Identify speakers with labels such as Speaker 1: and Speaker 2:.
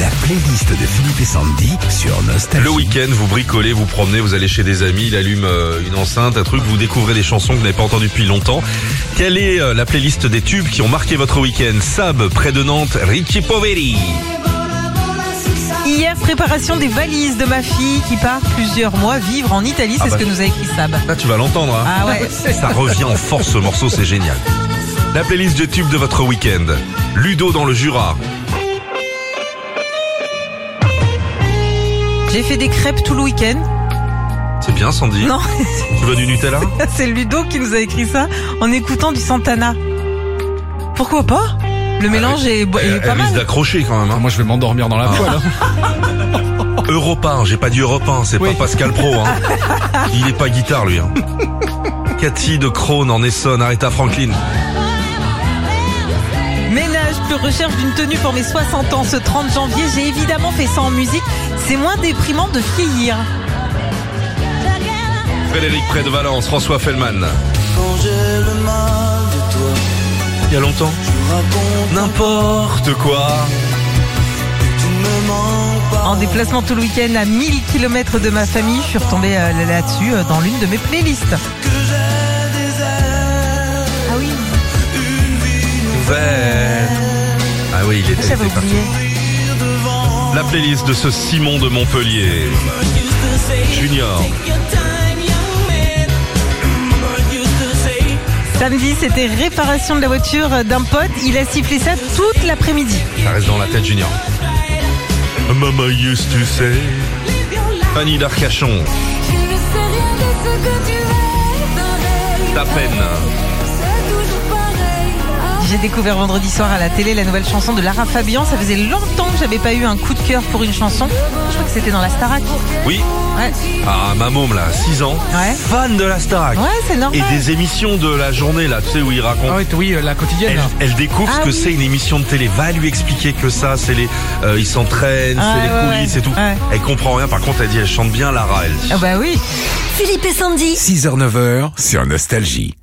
Speaker 1: La playlist de Philippe et Sandy sur Nostalgie.
Speaker 2: Le week-end, vous bricolez, vous promenez, vous allez chez des amis, il allume euh, une enceinte, un truc, vous découvrez des chansons que vous n'avez pas entendues depuis longtemps. Quelle est euh, la playlist des tubes qui ont marqué votre week-end Sab, près de Nantes, Ricky Poveri.
Speaker 3: Hier, préparation des valises de ma fille qui part plusieurs mois vivre en Italie. C'est
Speaker 2: Ah bah.
Speaker 3: ce que nous a écrit Sab.
Speaker 2: Là, tu vas l'entendre. hein.
Speaker 3: Ah ouais.
Speaker 2: Ça revient en force, ce morceau, c'est génial. La playlist des tubes de votre week-end. Ludo dans le Jura.
Speaker 3: J'ai fait des crêpes tout le week-end.
Speaker 2: C'est bien, Sandy
Speaker 3: Non,
Speaker 2: Tu veux du Nutella
Speaker 3: c'est Ludo qui nous a écrit ça en écoutant du Santana. Pourquoi pas Le mélange est, bo-
Speaker 2: Ah
Speaker 3: est
Speaker 2: Elle, elle
Speaker 3: pas
Speaker 2: risque
Speaker 3: mal.
Speaker 2: d'accrocher quand même. hein.
Speaker 4: Moi, je vais m'endormir dans la poêle. hein.
Speaker 2: Europe 1, j'ai pas dit Europe 1, c'est
Speaker 4: Oui.
Speaker 2: pas Pascal Pro. Hein. Il est pas guitare lui. hein. Cathy de Crone en Essonne, Aretha Franklin.
Speaker 3: Ménage plus recherche d'une tenue pour mes 60 ans ce 30 janvier. J'ai évidemment fait ça en musique. C'est moins déprimant de vieillir.
Speaker 2: Frédéric Près de Valence, François Fellman.
Speaker 5: Quand j'ai le mal de toi,
Speaker 2: Il y a longtemps.
Speaker 5: tu me racontes
Speaker 2: N'importe quoi.
Speaker 5: que tu ne me manques pas.
Speaker 3: En déplacement tout le week-end à 1000 km de ma famille, je suis retombée euh, là-dessus euh, dans l'une de mes playlists.
Speaker 5: Que j'ai des ailes,
Speaker 3: Ah oui,
Speaker 5: une vie
Speaker 2: Ouvert. Ah oui, il était,
Speaker 3: j'avais
Speaker 2: il était
Speaker 3: oublié.
Speaker 5: nourrir devant.
Speaker 2: pas- La playlist de ce Simon de Montpellier. Junior.
Speaker 3: Samedi, c'était réparation de la voiture d'un pote. Il a sifflé ça toute l'après-midi.
Speaker 2: Ça reste dans la tête Junior. Mama used to say. Fanny d'Arcachon.
Speaker 6: Je ne sais rien de ce que tu es, pareil.
Speaker 2: Ta peine.
Speaker 6: C'est toujours pareil. Ah,
Speaker 3: J'ai découvert vendredi soir à la télé la nouvelle chanson de Lara Fabian. Ça faisait longtemps que j'avais pas eu un coup de cœur pour une chanson. Je crois que c'était dans la Starac.
Speaker 2: Oui.
Speaker 3: Ouais,
Speaker 2: Ah, ma môme là, 6 ans.
Speaker 3: Ouais.
Speaker 2: Fan de la Starac.
Speaker 3: ouais c'est
Speaker 2: Et
Speaker 3: normal.
Speaker 2: des émissions de la journée là, tu sais où il raconte.
Speaker 4: Ah ouais, t- oui, euh, la quotidienne.
Speaker 2: Elle,
Speaker 4: là.
Speaker 2: elle découvre ce
Speaker 3: Ah
Speaker 2: que
Speaker 3: oui.
Speaker 2: c'est une émission de télé. Va lui expliquer que ça, c'est les, euh, ils s'entraînent,
Speaker 3: Ouais,
Speaker 2: c'est les
Speaker 3: ouais,
Speaker 2: coulisses et tout.
Speaker 3: ouais. bah,
Speaker 2: Elle comprend rien. Par contre, elle dit, elle chante bien Lara. Elle.
Speaker 3: Ah bah oui.
Speaker 6: Philippe et Sandy.
Speaker 1: 6h-9h sur Nostalgie.